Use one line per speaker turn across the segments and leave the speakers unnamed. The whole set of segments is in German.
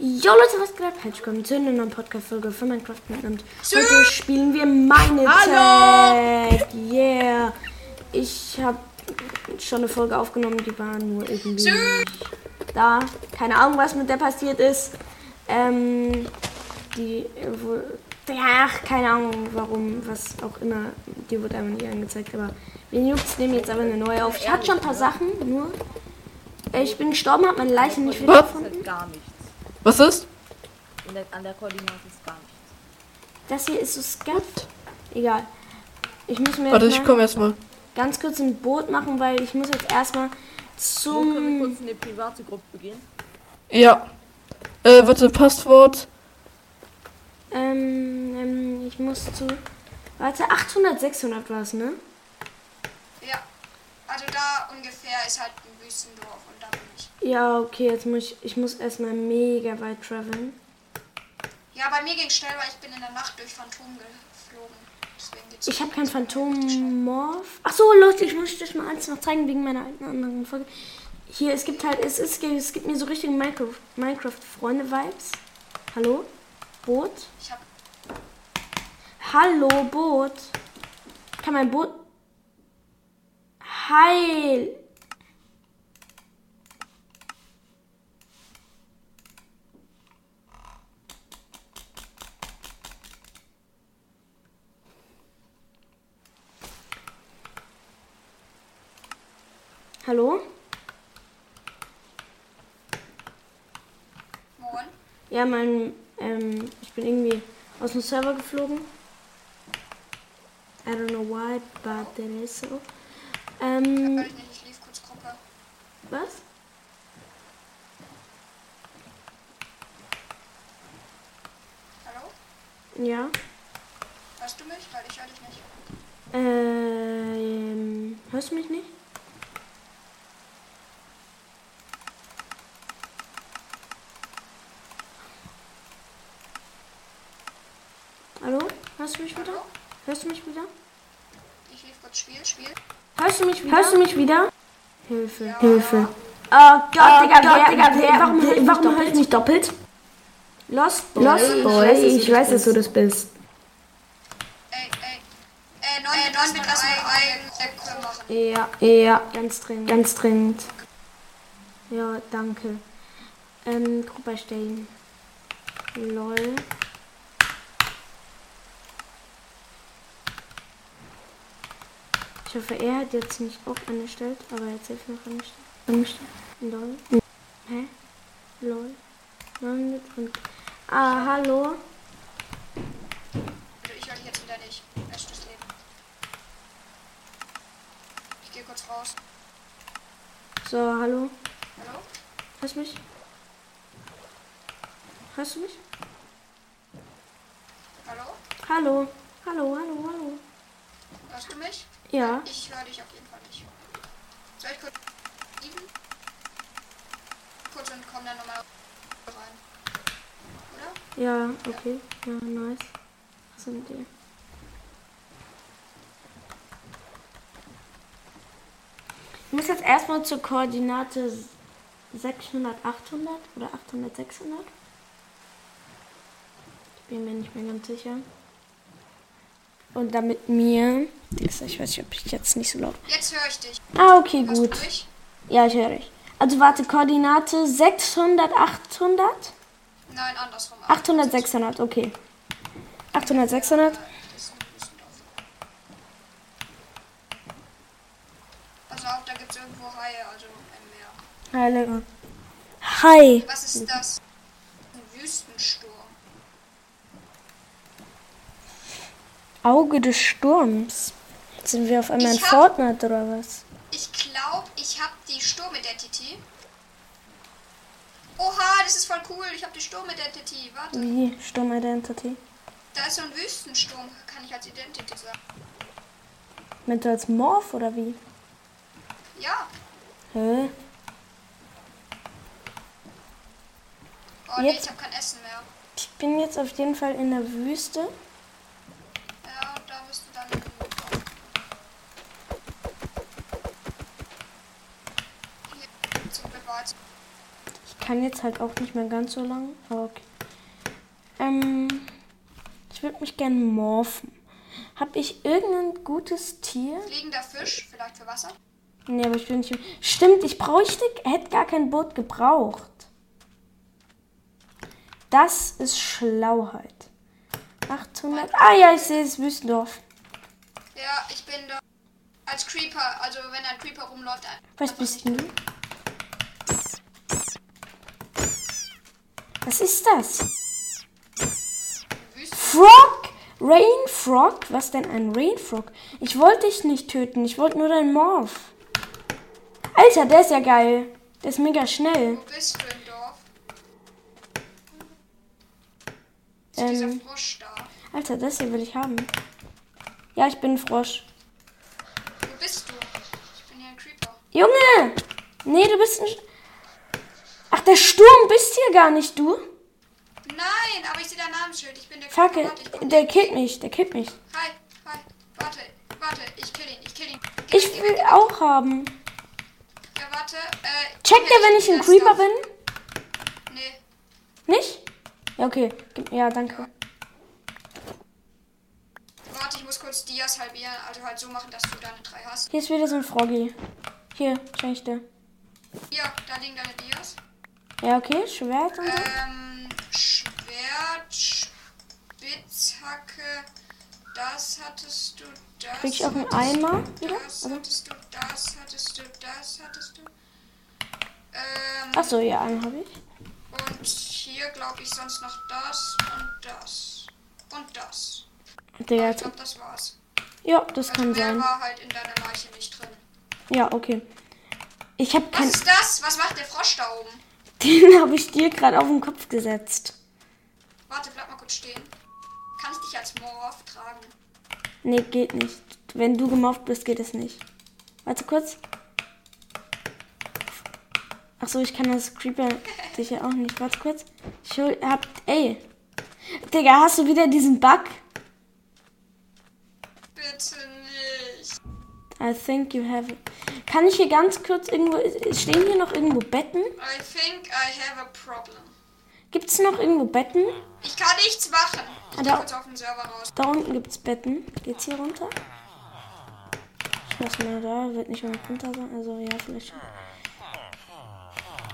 Jo Leute, was geht ab? Herzlich willkommen zu einer neuen Podcast-Folge von Minecraft Midnight. Heute spielen wir Minecraft. Yeah. Ich habe schon eine Folge aufgenommen, die war nur irgendwie da. Keine Ahnung, was mit der passiert ist. Ähm, die äh, wo, ach, keine Ahnung, warum, was auch immer. Die wurde einfach nicht angezeigt, aber wir Jungs nehmen jetzt aber eine neue auf. Ich hatte schon ein paar Sachen, nur äh, ich bin gestorben, habe meine Leiche nicht
Was?
wiedergefunden.
Halt gar nichts.
Was ist?
In der, an der Koordinate ist gar nichts.
Das hier ist so scuffed. Egal. Ich muss mir
Warte,
jetzt
Mhm.
ich
mal
komme erstmal.
ganz kurz ein Boot machen, weil ich muss jetzt erstmal
Wo können wir
zum...
kurz eine private Gruppe begehen?
Ja. Äh, warte, Passwort.
Ähm, ähm, ich muss zu... Warte, 800, 600 war es, ne?
Ja. Also da ungefähr ist halt ein Wüstendorf und da bin ich.
Ja, okay, jetzt muss ich... Ich muss erstmal mega weit traveln.
Ja, bei mir ging schnell, weil ich bin in der Nacht durch Phantom geflogen. Deswegen geht's
Ich habe
mir
kein
jetzt relativ schnell.
Phantommorph. Ach so, Leute, ich muss euch mal eins noch zeigen wegen meiner alten anderen Folge. Hier, es gibt halt, es, ist, es gibt mir so richtige Minecraft- Minecraft-Freunde-Vibes. Hallo? Boot?
Ich hab,
Hallo, Boot. Kann mein Boot. Heil. Hallo?
Moin.
Ja, mein. Ähm, ich bin irgendwie aus dem Server geflogen. I don't know why, but that is so. Ähm,
Hör ich nicht, ich lief kurz Gruppe.
was?
Hallo?
Ja.
Hörst du mich? Weil ich hör dich nicht.
Ähm, hörst du mich nicht? Hallo? Hörst du mich wieder?
Hallo?
Hörst du mich wieder?
Ich lief kurz Spiel, Spiel.
Hörst du mich wieder? Hörst du mich wieder? Hilfe.
Ja.
Hilfe. Oh Gott, Digga, wer, wer, warum, hört mich
warum
doppelt?
hört mich doppelt?
Lost Boy.
Lost Boy, ich weiß, dass du das bist.
Ey, ey. Äh, neun äh, neun wird erstmal eine eigene Gruppe machen. Also,
Ja,
Ja,
ganz dringend.
ganz dringend.
Ja, danke. Ähm, Gruppe erstellen. Lol. Ich hoffe, er hat jetzt nicht auch angestellt, aber jetzt hilft noch angestellt. Angestellt. Lol. Hä? Lol. Nein, mit und. Ah, hallo.
Also ich hör dich jetzt wieder nicht. Bestes Leben. Ich geh kurz raus.
So, hallo.
Hallo?
Hörst du mich? Hörst du mich?
Hallo?
Hallo. Hallo, hallo, hallo.
Hörst du mich?
Ja.
Ich höre dich auf jeden Fall nicht. Soll ich kurz liegen? Kurz und komm dann nochmal rein. Oder?
Ja, okay. Ja, nice. Was sind die? Ich muss jetzt erstmal zur Koordinate 600, 800 oder 800, 600. Ich bin mir nicht mehr ganz sicher. Und damit mir. Ich weiß nicht, ob ich jetzt nicht so laut.
Jetzt höre ich dich.
Ah, okay,
Hörst
gut.
du mich?
Ja, ich höre dich. Also warte, Koordinate 600, 800?
Nein, andersrum. Ah,
800, 600, okay. 800, 600.
Das ist ein Wüstendorf. Pass auf, Also da gibt es irgendwo Haie, also im Meer.
Hi, lecker. Hi.
Was ist das? Ein Wüstensturm.
Auge des Sturms. Sind wir auf einmal in
Ich hab-
Fortnite oder was?
Ich glaube, ich habe die Sturm-Identity. Oha, das ist voll cool. Ich habe die Sturm-Identity. Warte.
Wie? Sturm Identity.
Da ist so ein Wüstensturm, kann ich als Identity sagen.
Mit du als Morph oder wie?
Ja.
Hä?
Oh nee,
Jetzt-
ich habe kein Essen mehr.
Ich bin jetzt auf jeden Fall in der Wüste.
Ja, da bist du dann. hingekommen. Hier, zum Beweis.
Ich kann jetzt halt auch nicht mehr ganz so lang. aber Okay. Ähm, ich würde mich gerne morphen. Hab ich irgendein gutes Tier?
Fliegender Fisch, vielleicht für Wasser.
Nee, aber ich will nicht. Stimmt, ich bräuchte, hätte gar kein Boot gebraucht. Das ist Schlauheit. 800. Ah ja, ich sehe es, Wüstendorf.
Ja, ich bin da als Creeper, also wenn ein Creeper rumläuft. ein-
Was bist denn du? Was ist das?
Wüsten.
Frog? Rain Frog? Was denn ein Rain Frog? Ich wollte dich nicht töten, ich wollte nur dein Morph. Alter, der ist ja geil. Der ist mega schnell.
Wo bist du im Dorf? Ist dieser
Ähm,
Frosch da?
Alter, das hier will ich haben. Ja, ich bin ein Frosch.
Wo bist du? Ich bin hier ein Creeper.
Junge! Nee, du bist ein... Sch- Ach, der Sturm bist hier gar nicht, du?
Nein, aber ich sehe dein Namensschild. Ich bin der
Fuck, äh,
Creeper. Warte, ich komm.
der killt mich, der killt mich.
Hi, hi. Halt, Warte, warte. Ich kill ihn, ich kill ihn.
Ich will auch haben.
Ja, warte. Äh,
Checkt er, wenn ich ein Creeper bin?
bin? Nee.
Nicht? Ja, okay. Gib- Ja, danke.
Warte, ich muss kurz Dias halbieren. Also halt so machen, dass du deine drei hast.
Hier ist wieder so ein Froggy. Hier, schenk ich dir.
Hier, da liegen deine Dias.
Ja, okay, Schwert und so.
Ähm, Schwert, Spitzhacke. Das hattest du, das
Krieg ich auch einen
hattest
Eimer
du,
wieder?
Das
Also,
hattest du, das hattest du, das hattest du. Ähm,
ach so, ja, einen habe ich.
Und hier glaube ich sonst noch das und das. Und das.
Digga,
Ich glaube, das war's.
ja, das
Also
kann
mehr
sein.
war halt in deiner Leiche nicht drin.
Ja, okay. Ich habe
Was
kein...
ist das? Was macht der Frosch da oben?
Den habe ich dir gerade auf den Kopf gesetzt.
Warte, bleib mal kurz stehen. Kann ich dich als Morph tragen?
Nee, geht nicht. Wenn du gemobbt bist, geht es nicht. Warte kurz. Achso, ich kann das Creeper sicher auch nicht. Warte kurz. Ich hol, hab. Ey. Digga, hast du wieder diesen Bug?
Bitte nicht.
I think you have it. Kann ich hier ganz kurz irgendwo. Stehen hier noch irgendwo Betten?
I think I have a problem.
Gibt's noch irgendwo Betten?
Ich kann nichts machen. Ich geh
da-
kurz auf den Server raus.
Da unten gibt's Betten. Geht's hier runter? Ich lass mal da, wird nicht mal runter sein. Also ja, vielleicht schon.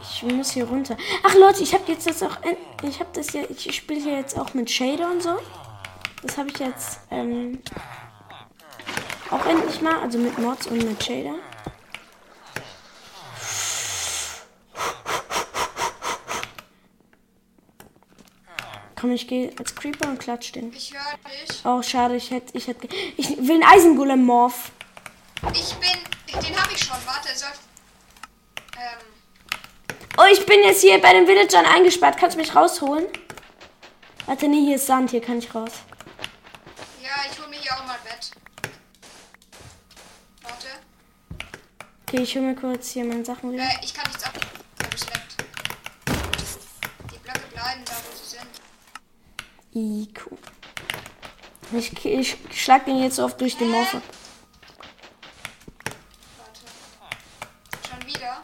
Ich muss hier runter. Ach Leute, ich habe jetzt das auch. end- Ich habe das ja. Ich spiele hier jetzt auch mit Shader und so. Das habe ich jetzt ähm, auch endlich mal. Also mit Mods und mit Shader. Komm, ich gehe als Creeper und klatsch den.
Ich höre dich.
Oh, schade, ich hätte, ich hätte, ge- ich will einen Eisengolem Morph.
Ich bin. Den habe ich schon. Warte, er soll. Ähm.
Oh, ich bin jetzt hier bei den Villagern eingesperrt. Kannst du mich rausholen? Warte, nee, hier ist Sand, hier kann ich raus.
Ja, ich hole mir hier auch mal ein Bett. Warte.
Okay, ich hole mir kurz hier meine Sachen wieder.
Äh, ich kann nichts ab. Ich hab geschleppt. Die Blöcke bleiben da, wo sie sind.
IQ. Ich, k- ich schlag den jetzt so oft durch den Morph. ab.
Warte. Schon wieder?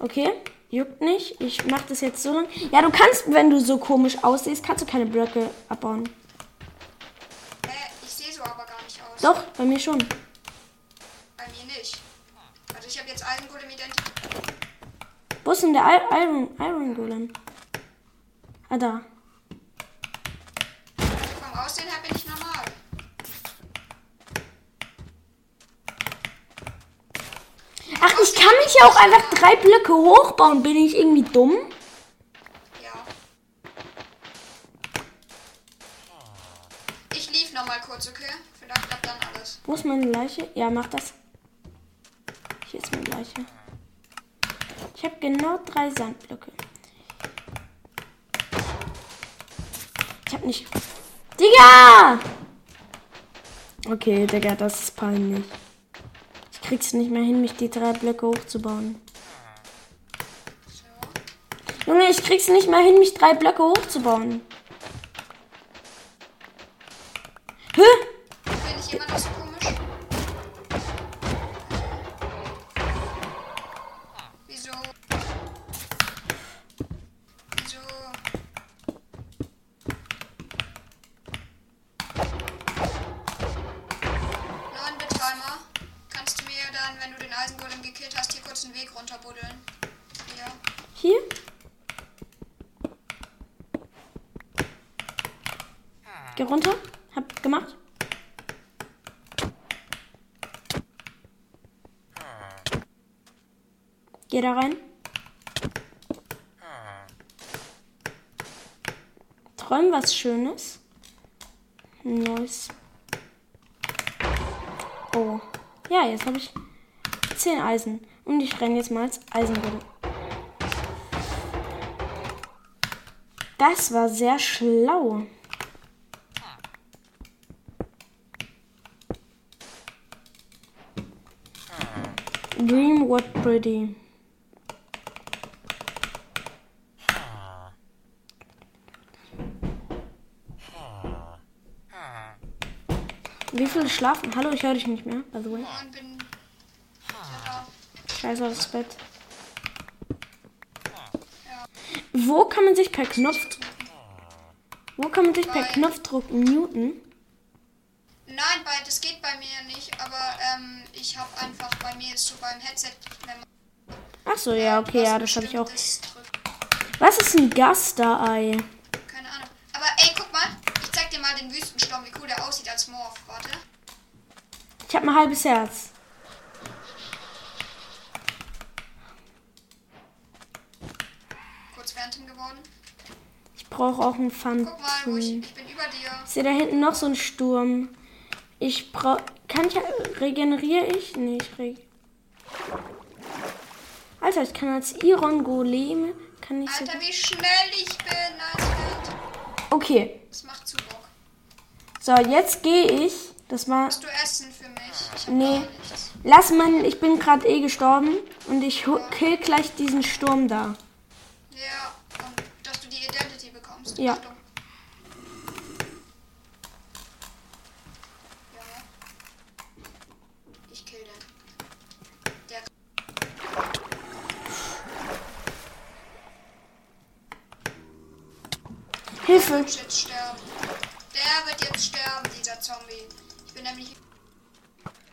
Okay, juckt nicht. Ich mach das jetzt so lang. Ja, du kannst, wenn du so komisch aussiehst, kannst du keine Blöcke abbauen.
Äh, ich sehe so aber gar nicht aus.
Doch, bei mir schon.
Bei mir nicht. Also ich habe jetzt Eisengolem identifiziert.
Wo ist denn der I Iron, Iron Golem? Ah, da.
Vom Aussehen her bin ich normal.
Ach, ich kann mich ja auch einfach drei Blöcke hochbauen. Bin ich irgendwie dumm?
Ja. Ich lief nochmal kurz, okay? Vielleicht bleibt dann alles.
Wo ist meine Leiche? Ja, mach das. Hier ist meine Leiche. Ich habe genau drei Sandblöcke. Ich habe nicht. Digga! Okay, Digga, das ist peinlich. Ich krieg's nicht mehr hin, mich die drei Blöcke hochzubauen.
So.
Junge, ich krieg's nicht mehr hin, mich drei Blöcke hochzubauen. Hä?
Bin ich immer noch so komisch? dann, wenn du den Eisenbullen gekillt hast, hier kurz einen Weg runter buddeln. Hier.
Hier? Geh runter. Hab gemacht. Geh da rein. Träum was Schönes. Neues. Oh. Ja, jetzt habe ich 10 Eisen. Und ich renne jetzt mal als Eisenbogen. Das war sehr schlau. Dream what pretty. Wie viel schlafen? Hallo, ich höre dich nicht mehr, by the way.
Und bin. Ja,
Scheiße aufs Bett. Wo kann man sich per Knopf. Wo kann man sich per Knopfdruck muten?
Nein, bei, das geht bei mir nicht, aber ähm, ich habe einfach bei mir ist so beim Headset. Wenn man
Ach so, ja, okay,
was
ja, das habe ich auch.
Bestimmtes drückt.
Was ist ein Gasterei?
Keine Ahnung. Aber ey, guck mal, ich zeig dir mal den Wüstensturm, wie cool der aussieht als Morph. Warte.
Ich habe ein halbes Herz.
Kurz Phantom geworden.
Ich brauche auch einen
Guck mal, wo ich,
Pfannkuchen.
ich bin über dir.
Ich sehe da hinten noch so einen Sturm. Ich brauch. Kann ich. Regeneriere ich? Nee, ich reg. Alter, ich kann als Iron Golem. Kann ich so.
Alter, wie schnell ich bin, Alter.
Okay.
Das macht zu Bock.
So, jetzt gehe ich. Das war.
Hast du Essen für mich? Ich hab
Nee.
gar nichts.
Lass mal, ich bin gerade eh gestorben und ich hu- kill gleich diesen Sturm da.
Ja, und dass du die Identity bekommst.
Ja.
Achtung. Ja. Ich kill den. Der.
Hilfe!
wird jetzt sterben. Der wird jetzt sterben, dieser Zombie. Ich bin nämlich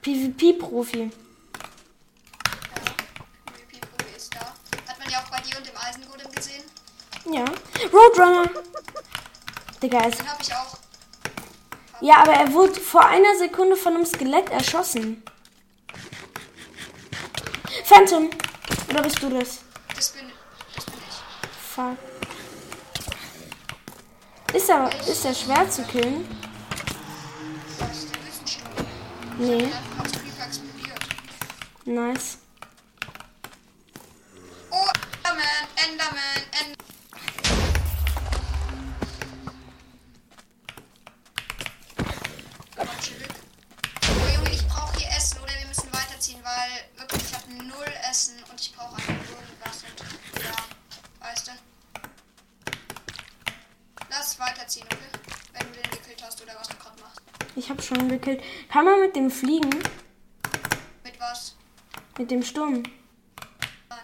PvP-Profi.
MVP-Profi ist da. Hat man ja auch bei dir und dem Eisengolem gesehen.
Ja. Roadrunner! Digga, es.
Den habe ich auch.
Ja, aber er wurde vor einer Sekunde von einem Skelett erschossen. Phantom! Oder bist du das?
Das bin, das bin ich.
Fuck. Ist er, ist er schwer zu killen?
Das ist der Wissenschaftler.
Nee.
Der hat aus Creeper explodiert.
Nice.
Oh, Enderman, Enderman, Enderman. Komm, zurück. Oh Junge, ich brauche hier Essen oder wir müssen weiterziehen, weil wirklich ich habe null Essen und ich brauche einfach nur was und ja, weißt du. Lass weiterziehen, okay? Wenn du den gekillt hast oder was du gerade machst.
Ich hab schon gekillt. Kann man mit dem fliegen?
Mit was?
Mit dem Sturm?
Nein.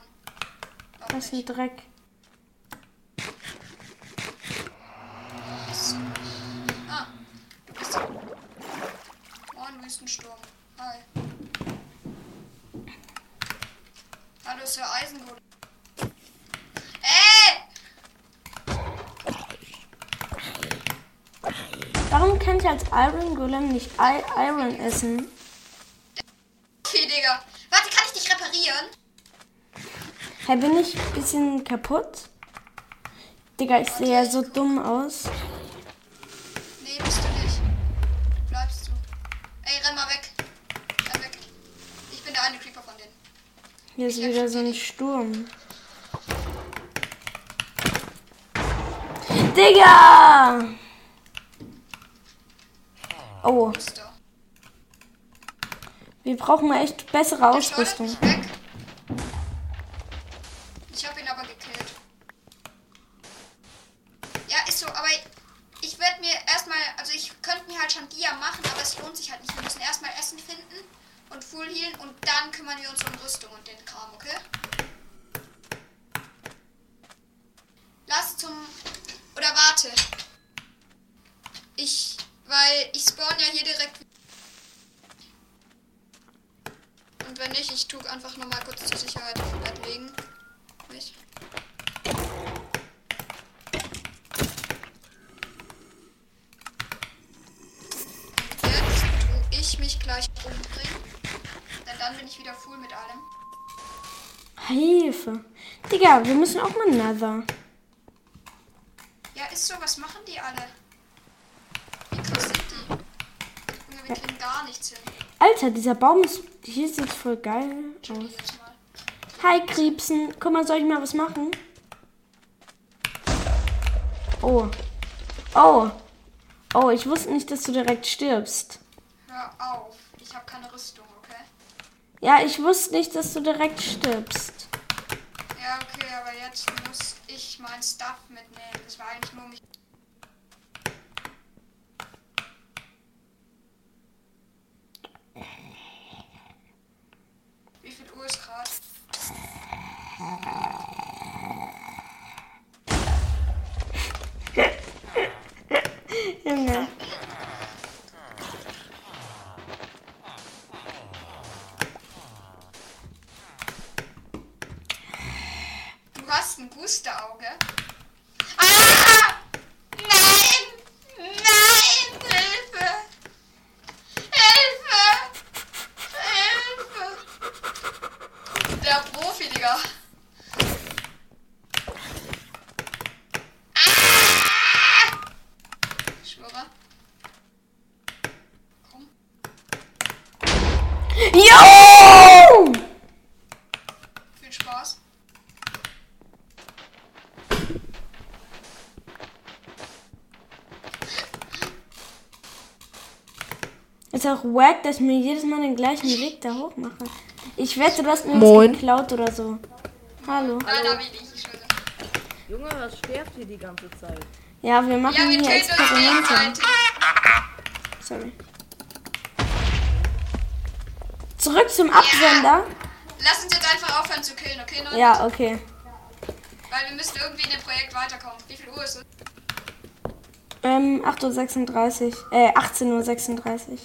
Glaub
Was ein
nicht.
Dreck.
Ah, Oh, du bist. Moin, Wüstensturm. Hi. Hallo, Sir Eisengut. Ey!
Warum kann ich als Iron Golem nicht I Iron essen?
Okay, Digga. Warte, kann ich dich reparieren?
Hey, bin ich ein bisschen kaputt? Digga, ich sehe ja so dumm aus.
Nee, bist du nicht. Bleibst du. Ey, renn mal weg. Renn weg. Ich bin der eine Creeper von denen.
Hier ist wieder so ein Sturm. Digga! Oh,
Bist du.
wir brauchen mal echt bessere
Der schleudert
Ausrüstung.
mich weg. Ich hab ihn aber gekillt. Ja, ist so, aber ich werde mir erstmal, also ich könnte mir halt schon Dia machen, aber es lohnt sich halt nicht. Wir müssen erstmal Essen finden und Full healen und dann kümmern wir uns um Rüstung und den Kram, okay? Lass zum. Oder warte. Ich. Weil ich spawn ja hier direkt. Und Und wenn nicht, ich tue einfach nochmal kurz zur Sicherheit auf den Bett legen. Mich. Und jetzt tue ich mich gleich umbringen. Denn dann bin ich wieder full mit allem.
Hilfe. Digga, wir müssen auch mal Nether.
Ja, ist so, was machen die alle? Wie krass sind die? Junge, Wir kriegen gar nichts hin.
Alter, dieser Baum ist. Hier sieht voll geil Oh. aus.
Jetzt mal.
Hi, Krebsen. Guck mal, soll ich mal was machen? Oh. Oh. Oh, ich wusste nicht, dass du direkt stirbst.
Hör auf. Ich habe keine Rüstung, okay?
Ja, ich wusste nicht, dass du direkt stirbst.
Ja, okay, aber jetzt muss ich mein Stuff mitnehmen. Das war eigentlich nur um mich. Wie viel Uhr ist gerade?
Junge.
Du hast ein Gusterauge. Ah! Nein! Nein! Hilfe! Hilfe! Hilfe! Der Profi, Digga. Ah! Ich schwöre. Komm.
Jo!
Viel Spaß.
Ist auch wack, dass ich mir jedes Mal den gleichen Weg da hoch mache. Ich wette, du hast mir
Moin.
was geklaut oder so. Hallo.
Nein, hab ich nicht. Ich schwöre.
Junge, was sterbt hier die ganze Zeit?
Ja, wir machen
Ja, wir
hier
töten uns
Experimente.
gegenseitig.
Sorry. Zurück zum Absender.
Lass uns jetzt einfach aufhören zu killen, okay? Leute?
Ja, okay.
Weil wir müssen irgendwie in dem Projekt weiterkommen. Wie viel Uhr ist es?
Ähm, 8.36 Uhr. Äh, 18.36 Uhr.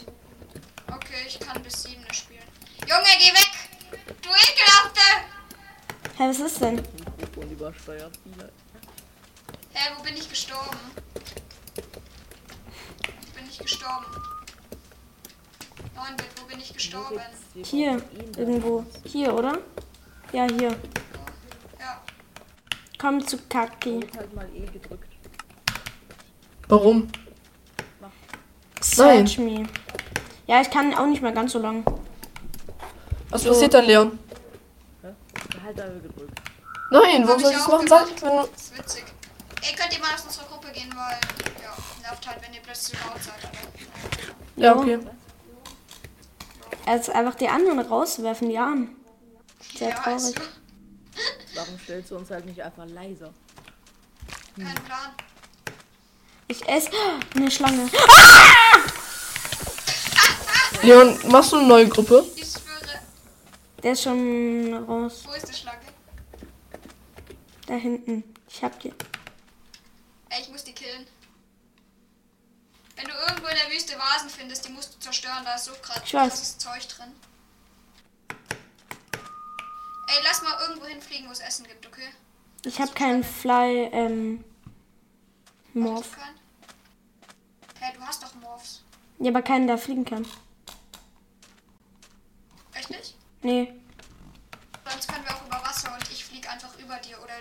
Okay, ich kann bis 7 Uhr spielen. Junge, geh weg! Du Ekelhafte!
Hä, was ist denn?
Mikrofon übersteuert vielleicht.
Hä, hey, wo bin ich gestorben? Ich bin nicht gestorben. Neunbit, wo bin ich gestorben?
Wir
Hier. Irgendwo. Hier, oder? Ja, hier.
Ja.
Komm zu Kaki.
haben halt mal E gedrückt.
Warum?
Search me. Ja, ich kann auch nicht mehr ganz so lang.
Was passiert dann, Leon?
Halt da gedrückt.
Nein,
Hab
warum
ich
soll ich das
auch
machen?
gemacht.
Sag ich, wenn du...
Das ist witzig. Ey, könnt ihr mal aus unserer Gruppe gehen, weil. Ja, nervt halt, wenn ihr plötzlich so laut seid. aber-
Ja, okay.
Also einfach die anderen rauswerfen, die Armen. Sehr
ja,
traurig.
ist so.
Warum stellst du uns halt nicht einfach leiser?
Kein Plan.
Ich esse eine Schlange.
Leon, machst du eine neue Gruppe?
Ich schwöre.
Der ist schon raus.
Wo ist die Schlange?
Da hinten. Ich hab die.
Ey, ich muss die killen. Wenn du irgendwo in der Wüste Vasen findest, die musst du zerstören, da ist so krass,
Ich weiß.
krasses Zeug drin. Ey, lass mal irgendwo hinfliegen, wo es Essen gibt, okay?
Ich hab keinen Fly, ähm. Morph.
Kein? Hey, du hast doch Morphs.
Ja, aber keinen, der fliegen kann.
Echt nicht?
Nee.
Sonst können wir auch über Wasser und ich flieg einfach über dir, oder?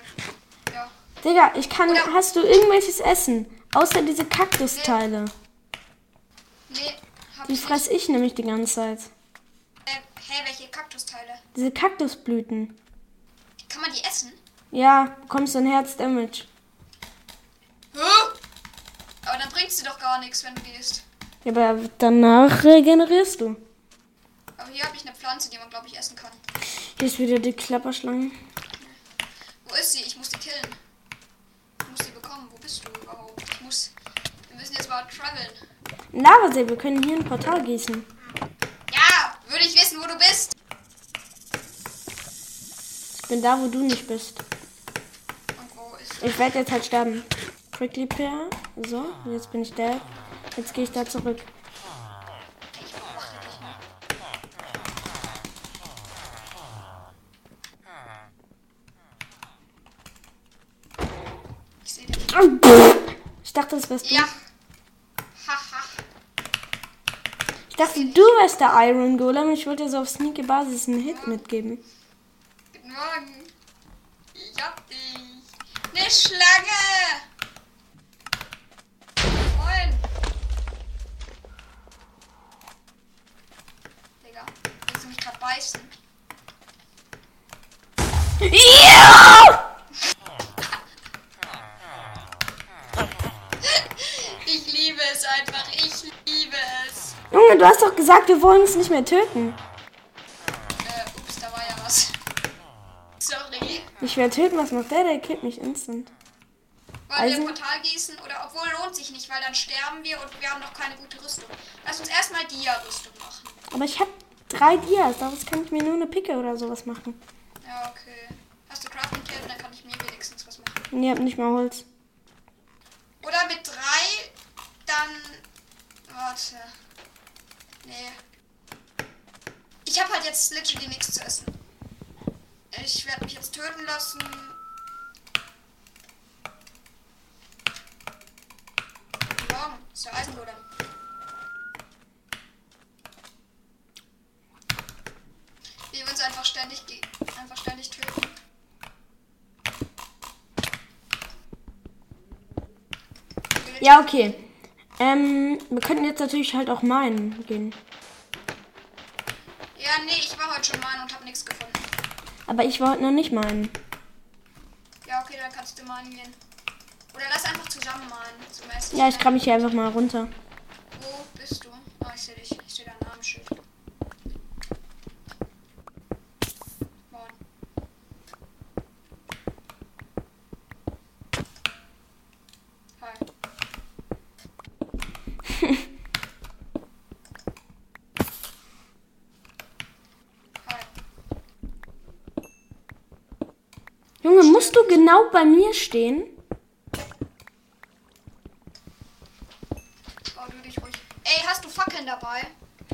Ja.
Digga, ich kann.
Oder-
Hast du irgendwelches Essen? Außer diese Kaktusteile.
Nee, hab
Die
ich nicht.
fress ich nämlich die ganze Zeit.
Äh, hey, welche Kaktusteile?
Diese Kaktusblüten.
Kann man die essen?
Ja, bekommst du ein Herz-Damage.
Hä? Aber dann bringst du doch gar nichts, wenn du gehst.
Ja, aber danach regenerierst du.
Aber hier habe ich eine Pflanze, die man, glaube ich, essen kann.
Hier ist wieder die Klapperschlange.
Wo ist sie? Ich muss sie killen. Ich muss sie bekommen. Wo bist du überhaupt? Ich muss. Wir müssen jetzt mal traveln.
Lavasee, wir können hier ein Portal gießen.
Ja! Würde ich wissen, wo du bist?
Ich bin da, wo du nicht bist.
Und wo ist.
Ich werde jetzt halt sterben. Prickly Pear. So, jetzt bin ich dead. Jetzt gehe ich da zurück. Ich dachte, das wärst du.
Ja. Haha.
Ich dachte, du wärst der Iron Golem. Ich wollte dir so auf sneaky Basis einen Hit mitgeben.
Guten Morgen. Ich hab dich. Eine Schlange. Moin. Digga, willst du mich grad beißen? Ich liebe es einfach. Ich liebe es.
Junge, du hast doch gesagt, wir wollen es nicht mehr töten.
Äh, ups, da war ja was. Sorry.
Ich werde töten, was macht der? Der killt mich instant.
Wollen wir
Also-
im Portal gießen oder obwohl lohnt sich nicht, weil dann sterben wir und wir haben noch keine gute Rüstung. Lass uns erstmal Dia-Rüstung machen.
Aber ich habe drei Dias, daraus kann ich mir nur eine Picke oder sowas machen.
Ja, okay. Hast du Crafting Table, dann kann ich mir wenigstens was machen.
Und ihr habt nicht mal Holz.
Oder mit drei, dann. Warte. Nee. Ich habe halt jetzt literally nichts zu essen. Ich werde mich jetzt töten lassen. Guten Morgen, ist der Eisenloder. Wir uns einfach ständig, ge- einfach ständig töten.
Ja, okay. Ähm, wir könnten jetzt natürlich halt auch meinen gehen.
Ja, nee, ich war heute schon mal und habe nichts gefunden.
Aber ich war heute noch nicht meinen.
Ja, okay, dann kannst du malen gehen. Oder lass einfach zusammen malen. So mäßig.
Ja, ich kram mich hier einfach mal runter.
Wo bist du? Ah, ich sehe dich. Ich sehe deinen Namensschild. Moin. Hi. Hi.
Junge, musst du genau bei mir stehen?
Bau Oh, du dich ruhig. Ey, hast du Fackeln dabei?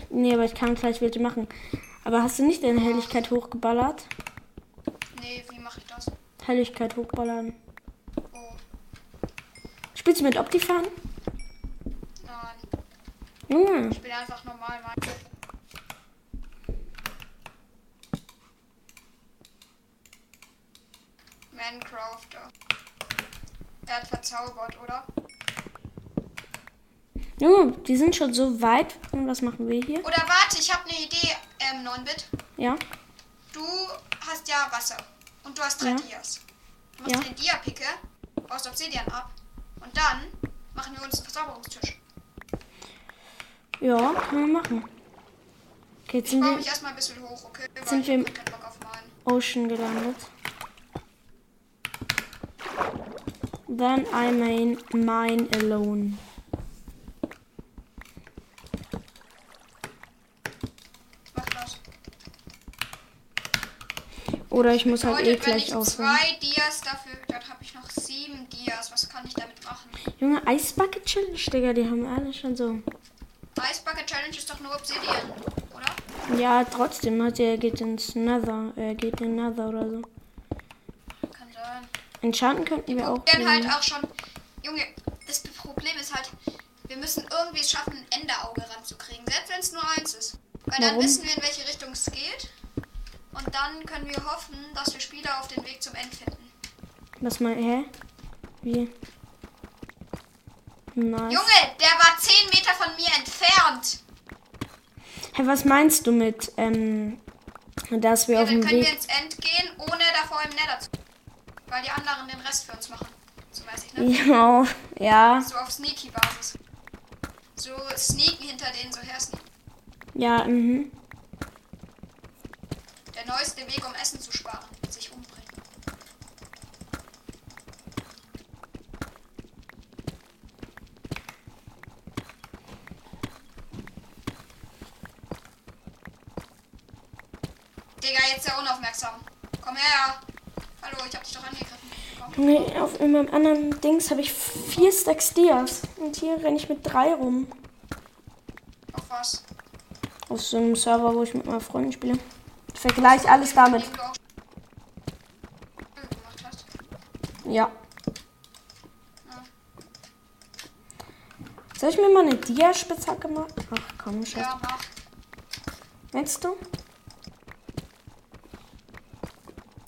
Nee, aber ich kann gleich welche machen. Aber hast du nicht deine Helligkeit hochgeballert?
Nee, wie mache ich das?
Helligkeit hochballern.
Oh,
Spielst du mit Optifan?
nein.
Junge.
Ich bin einfach normal, Mann. Mancrafter. Er hat verzaubert, oder?
Junge, die sind schon so weit. Und was machen wir hier?
Oder warte, ich habe eine Idee, ähm, Nonbit.
Ja.
Du hast ja Wasser. Und du hast drei
Ja.
Dias. Du machst
Ja.
eine Dia-Picke, baust Obsidian ab. Und dann machen wir uns einen Verzauberungstisch.
Ja, können wir machen. Okay, jetzt
Ich
sind
baue
wir
mich erstmal ein bisschen hoch, okay? Weil
Sind
ich
wir-
hab keinen Bock auf Malen.
Ocean gelandet. Then I mean mine alone.
Ich mach das.
Oder ich muss halt eh
Bedeutet, wenn
gleich
ich
aufhören.
zwei Dias dafür, dann habe ich noch sieben Dias. Was kann ich damit machen?
Junge, Eisbucket Challenge, Digga, die haben alle schon so.
Ice Bucket Challenge ist doch nur Obsidian, oder?
Ja, trotzdem hat er geht ins Nether, er geht in Nether oder so.
Kann sein.
Enchanten könnten wir auch.
Probieren
nehmen.
halt auch schon. Junge, das Problem ist halt, wir müssen irgendwie es schaffen, ein Enderauge ranzukriegen. Selbst wenn es nur eins ist. Weil dann
Warum?
wissen wir, in welche Richtung es geht. Und dann können wir hoffen, dass wir Spieler auf den Weg zum End finden.
Was mal, hä? Wie? Nice.
Junge, der war 10 Meter von mir entfernt.
Hä, was meinst du mit, ähm, dass wir
Ja,
auf
dann
dem
können wir
Weg.
ins End gehen, ohne davor im Nether zu. Weil die anderen den Rest für uns machen. So weiß ich, ne?
Ja, ja,
So auf Sneaky-Basis. So sneaken hinter denen so her sneaken.
ja, mhm.
Der neueste Weg, um Essen zu sparen. Sich umbringen. Digga, jetzt sehr unaufmerksam. Komm her. Hallo, ich hab dich doch angegriffen. Komm.
Junge, auf in meinem anderen Dings habe ich vier Stacks Dias. Und hier renne ich mit drei rum.
Auf was?
Auf so einem Server, wo ich mit meinen Freunden spiele. Ich vergleiche alles damit.
Den du auch gemacht hast.
Ja.
Ja,
Soll ich mir mal eine Dia-Spitzhacke machen? Ach komm, scheiß.
Ja, mach.
Meinst du?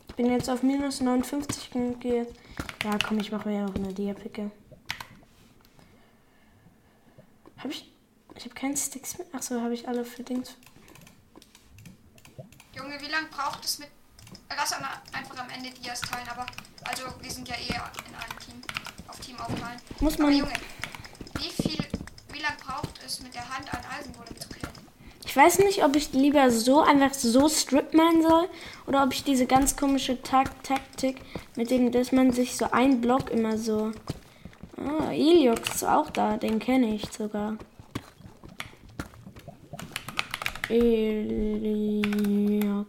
Ich bin jetzt auf minus 59 und gehe jetzt. Ja, komm, ich mache mir ja noch eine Diapicke. Hab ich. Ich habe keine Sticks mehr. Achso, habe ich alle für Dings.
Junge, wie lange braucht es mit. Lass aber einfach am Ende Dias teilen, aber. Also, wir sind ja eh in einem Team. Auf Team aufteilen.
Muss
Aber
man-
Junge, wie viel. Wie lange braucht es mit der Hand ein Eisenboden zu killen?
Ich weiß nicht, ob ich lieber so einfach so strip minen soll oder ob ich diese ganz komische Tak Taktik, mit dem, dass man sich so einen Block immer so. Ah, Eliox ist auch da, den kenne ich sogar. Eliox.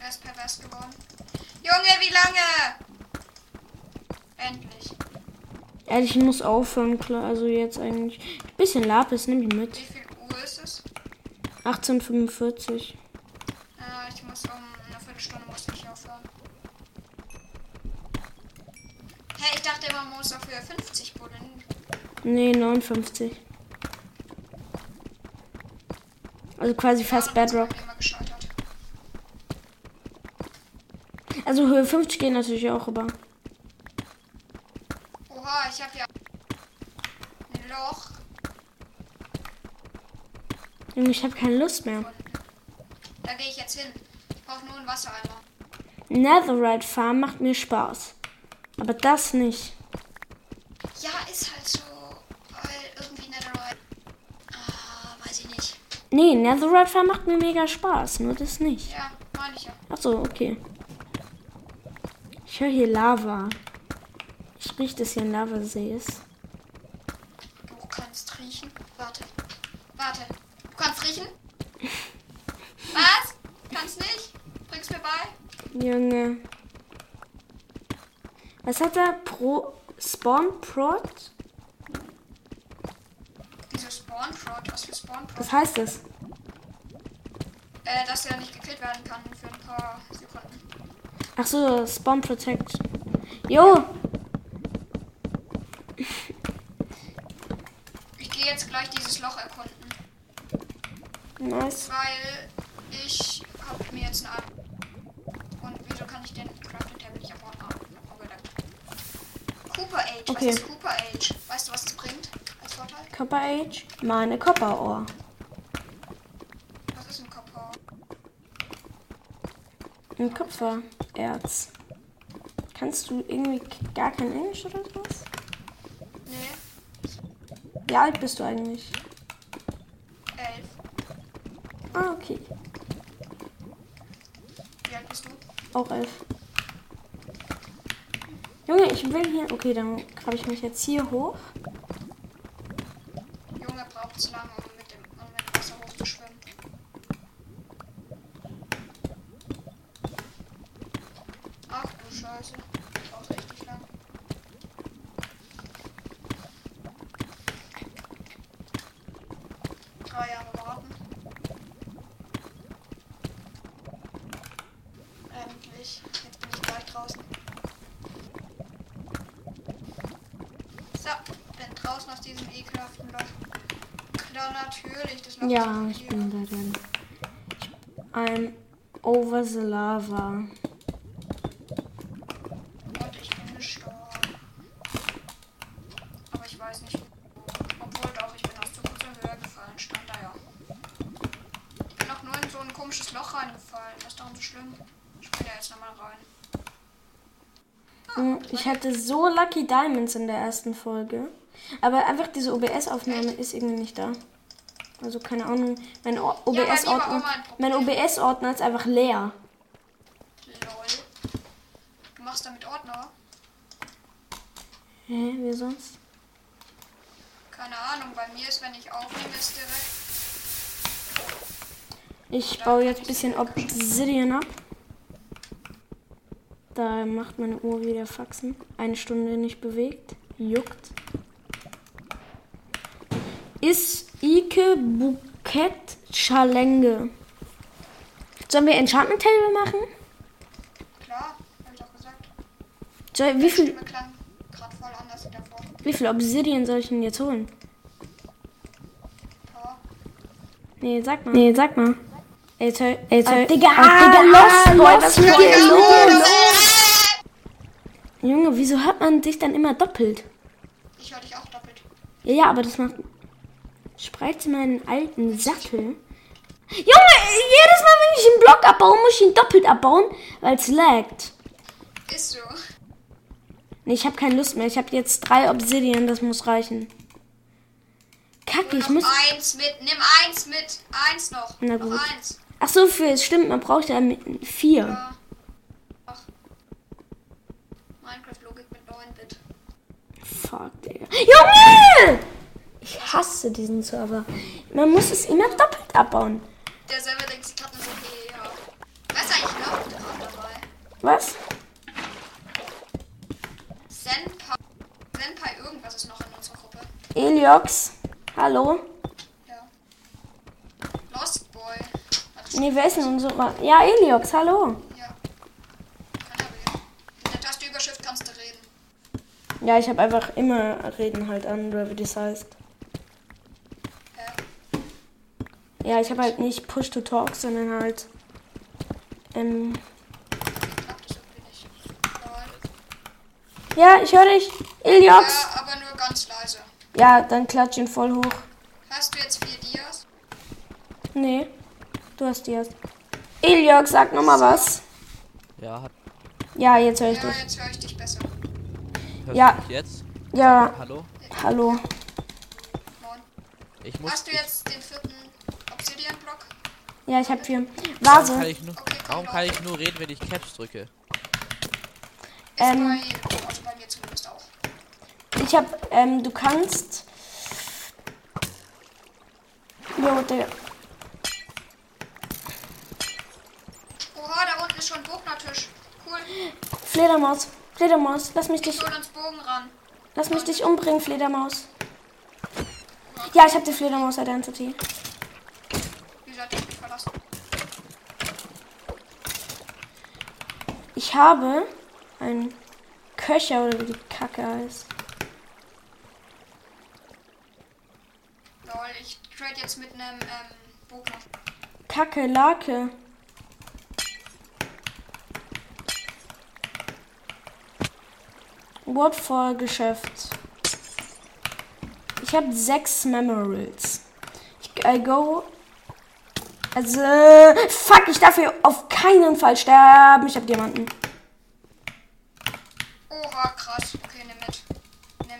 Er ist pervers geworden. Junge, wie lange? Endlich.
Ehrlich, ich muss aufhören, klar, also jetzt eigentlich. Ein bisschen Lapis nehme ich mit.
Wie viel Uhr ist es?
1845.
Äh, ich muss um eine Viertelstunde muss ich aufhören. Hey, ich dachte immer, man muss dafür 50 buddeln.
Nee, 59. Also quasi fast Bedrock.
Immer gescheitert.
Also Höhe 50 geht natürlich auch rüber.
Oha, ich habe ja ein Loch.
Junge, ich habe keine Lust mehr.
Da gehe ich jetzt hin. Ich brauche nur einen Wassereimer.
Netherite Farm macht mir Spaß. Aber das nicht.
Ja, ist halt so. Weil irgendwie Netherite. Ah, weiß ich nicht.
Nee, Netherite Farm macht mir mega Spaß, nur das nicht.
Ja, meine ich ja.
Achso, okay. Ich höre hier Lava. Ich rieche, dass hier ein Lavasee ist.
Du kannst riechen. Warte. Warte. Du kannst riechen? Was? Kannst nicht? Bring's mir bei?
Junge. Was hat er? Pro Spawn Prot?
Diese Spawn-Prod, was für Spawn-Prod?
Was heißt das?
Äh, dass er nicht gekillt werden kann für ein paar Sekunden.
Ach so, Spawn Protect. Jo,
Ich gehe jetzt gleich dieses Loch erkunden,
nice.
weil ich hab mir jetzt einen Arm. Und wieso kann ich den Crafting Table nicht abbauen? Ah, oh Gott. Cooper Age,
Okay.
was ist Cooper Age? Weißt du, was es bringt als Vorteil?
Copper Age, meine Copper Ohr.
Was ist ein Copper?
Ein Kupfererz. Kannst du irgendwie k- gar kein Englisch oder was?
Nee,
Wie alt bist du eigentlich?
elf.
Ah, okay.
Wie alt bist du?
Auch elf. Junge, ich will hier. Okay, dann grabe ich mich jetzt hier hoch.
Junge braucht es lange, um mit dem, um mit dem Wasser hochzuschwimmen. Ach du Scheiße. Braucht richtig lang. Drei Jahre warten. Endlich. Jetzt bin ich gleich draußen. So, bin draußen aus diesem ekelhaften Loch. Klar, natürlich. Das Loch
Ja,
ist
ich
hier.
bin da drin. I'm over the lava.
Und ich bin gestorben. Aber ich weiß nicht, wo. Obwohl doch, ich bin aus zu guter Höhe gefallen. Stand da ja. Ich bin auch nur in so ein komisches Loch reingefallen. Das ist doch nicht so schlimm. Ich bin da jetzt nochmal rein.
Junge, Hm, Ich hatte so Lucky Diamonds in der ersten Folge. Aber einfach diese OBS-Aufnahme ist irgendwie nicht da. Also keine Ahnung. Mein
mir war auch
OBS-Ordner
mal ein Problem.
mein OBS -Ordner ist einfach leer.
Lol. Du machst damit Ordner?
Hä, wie sonst?
Keine Ahnung. Bei mir ist, wenn ich aufnehme, ist direkt.
Ich baue jetzt ein bisschen Obsidian ab. Da macht meine Uhr wieder Faxen. Eine Stunde nicht bewegt. Juckt. Ist Ike Bukett Chalenge. Sollen wir Enchantment Table machen?
Klar, hab ich doch gesagt.
Soll, wie
Die
viel?
Stimme klang gerade voll anders wie davor.
Wie viel Obsidian soll ich denn jetzt holen?
Ja.
Nee, sag mal. Ah,
Nee, sag mal.
Ey, jetzt hör, ey, jetzt hör.
Digga, Digga, los, Boy, was ist mit dir los?
Junge, wieso hört man dich dann immer doppelt?
Ich höre dich auch doppelt.
Ja, ja, aber das macht. Spreize meinen alten Sattel. Junge, jedes Mal, wenn ich einen Block abbaue, muss ich ihn doppelt abbauen, weil es laggt.
Ist so.
Nee, ich habe keine Lust mehr. Ich habe jetzt drei Obsidian, das muss reichen. Kacke, ich
Noch
muss.
eins mit. Nimm eins mit. Eins noch.
Na
noch
gut.
eins.
Ach so, für, stimmt, man braucht ja mit- vier.
Ja. Ach. Minecraft-Logik mit 9-Bit.
Fuck, Digga. Junge! Ich hasse diesen Server. Man muss es immer doppelt abbauen.
Der selber denkt sich gerade noch okay, ja. Was ist eigentlich noch dran dabei?
Was?
Senpai. Senpai irgendwas ist noch in unserer Gruppe.
Eliox? Hallo?
Ja. Lost Boy. Hat
Nee, wer ist denn unsere. Ja, Eliox, hallo.
Ja. Kann er reden. Mit der Taste Überschrift kannst du reden.
Ja, ich habe einfach immer Reden halt an, oder wie das heißt.
Ja.
Ja, ich habe halt nicht Push to Talk, sondern halt. Ähm.
Klappt das irgendwie nicht. Lol.
Ja, ich höre dich. Eliox.
Ja, aber nur ganz leise.
Ja, dann klatsch ihn voll hoch.
Hast du jetzt vier Dias?
Nee, du hast die erst. Eliox, sag nochmal was.
Ja, hat
Ja, jetzt höre ich
Ja,
dich.
jetzt höre ich dich besser.
hörst
Ja.
du mich jetzt?
Ja,
Hallo?
hallo.
Moin.
Ich muss.
Hast du jetzt den vierten Obsidian-Block?
Ja, ich habe vier.
warum, kann
Vase.
ich nur,
Okay, komm,
warum kann
Leute.
ich nur reden, wenn ich Caps drücke?
Ist
Ähm.
bei jedem, also bei mir zumindest auch.
Ich habe, ähm, du kannst. Jo, Digga.
Oha, da unten ist schon ein Buchnertisch. Cool,
Fledermaus. Fledermaus, lass mich dich.
ich hol uns Bogen ran.
Lass mich dich umbringen, Fledermaus. Ja, ich habe die Fledermaus Identity.
Wie sollte ich mich verlassen?
Ich habe einen Köcher oder wie die Kacke heißt.
Lol, ich trade jetzt mit einem ähm, Bogner.
Kacke, Lake. Wortvollgeschäft. Ich habe sechs Memorials. Ich I go. Also. Fuck, ich darf hier auf keinen Fall sterben. Ich habe Diamanten.
Oha, krass. Okay, nimm mit. Nimm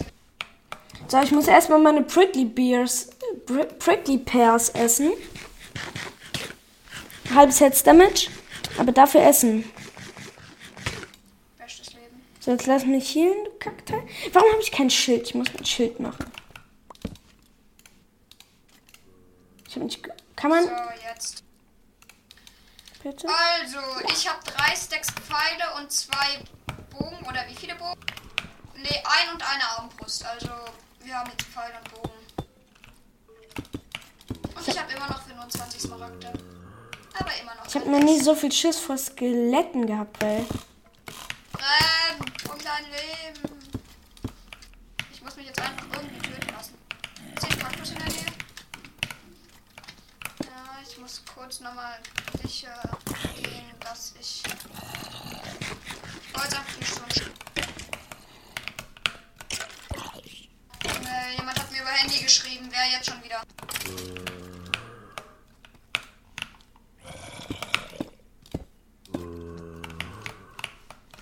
mit.
So, ich muss erstmal meine Prickly Bears. Pri Prickly Pears essen. Halbes Herz Damage. Aber dafür essen.
Bestes Leben.
So, jetzt lass mich healen, du Kackteil. Warum habe ich kein Schild? Ich muss ein Schild machen. Ich habe nicht. ge- Kann man.
So, jetzt.
Bitte?
Also, ich habe drei Stacks Pfeile und zwei Bogen. Oder wie viele Bogen? Ne, ein und eine Armbrust. Also, wir haben jetzt Pfeile und Bogen. Und ich habe immer noch 25 Smaragde. Aber immer noch.
Ich habe noch nie so viel Schiss vor Skeletten gehabt, weil.
Ähm, um dein Leben. Ich muss mich jetzt einfach irgendwie töten lassen. Ist hier ein Kaktus in der Nähe? Ja, ich muss kurz nochmal sicher gehen, dass ich. Ich wollte einfach nicht so äh, Jemand hat mir über Handy geschrieben, wer jetzt schon wieder.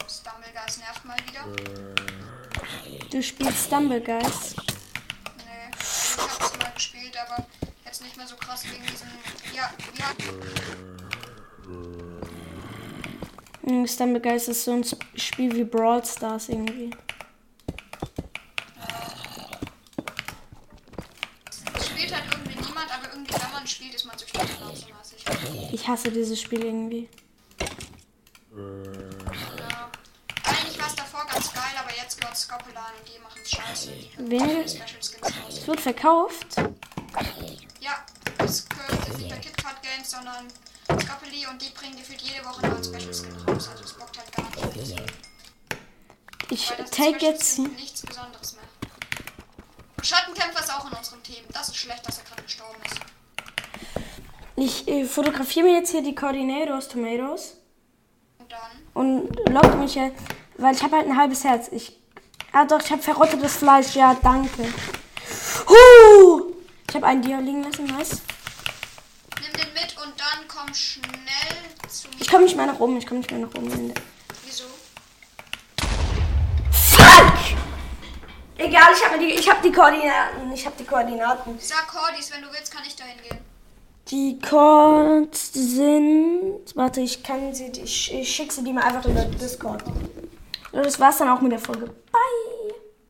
Stumblegeist nervt mal wieder.
Du spielst Stumblegeist.
Nee, ich hab's mal gespielt, aber jetzt nicht mehr so krass wegen diesen. Ja, ja.
Hm, Stumblegeist ist so ein Sp- Spiel wie Brawl Stars irgendwie.
Es spielt halt irgendwie niemand, aber irgendwie, wenn man spielt, ist man süchtig danach, so mäßig.
Ich hasse dieses Spiel irgendwie.
Ja. Eigentlich war es davor ganz geil, aber jetzt gehört Skopelan und die machen scheiße. Die können
Wen-
keine Special Skins raus.
Es wird verkauft.
Ja, es gehört jetzt nicht bei KitKat Games, sondern Skopeli und die bringen dir für jede Woche neuen Special Skin raus. Also es bockt halt gar nicht.
Ich
Weil das
take
Special
jetzt.
Skin nichts Besonderes mehr. Schattenkämpfer ist auch in unserem Team. Das ist schlecht, dass er gerade gestorben ist.
Ich äh, fotografiere mir jetzt hier die Coordinators, Tomatoes.
Und dann.
Und lockt mich jetzt. Weil ich habe halt ein halbes Herz. Ich. Ah doch, ich habe verrottetes Fleisch. Ja, danke. Huh! Ich habe einen Dia liegen lassen, nice.
Nimm den mit und dann komm schnell zu mir.
Ich komme nicht mehr nach oben. Ich komme nicht mehr nach oben.
Wieso?
Fuck! Egal, ich habe die, ich hab die Koordinaten. Ich habe die Koordinaten.
Sag Cordis, wenn du willst, kann ich da hingehen.
Die Chords sind. Warte, ich kann sie. Ich, ich schicke sie dir mal einfach über Discord. So, das war's dann auch mit der Folge. Bye!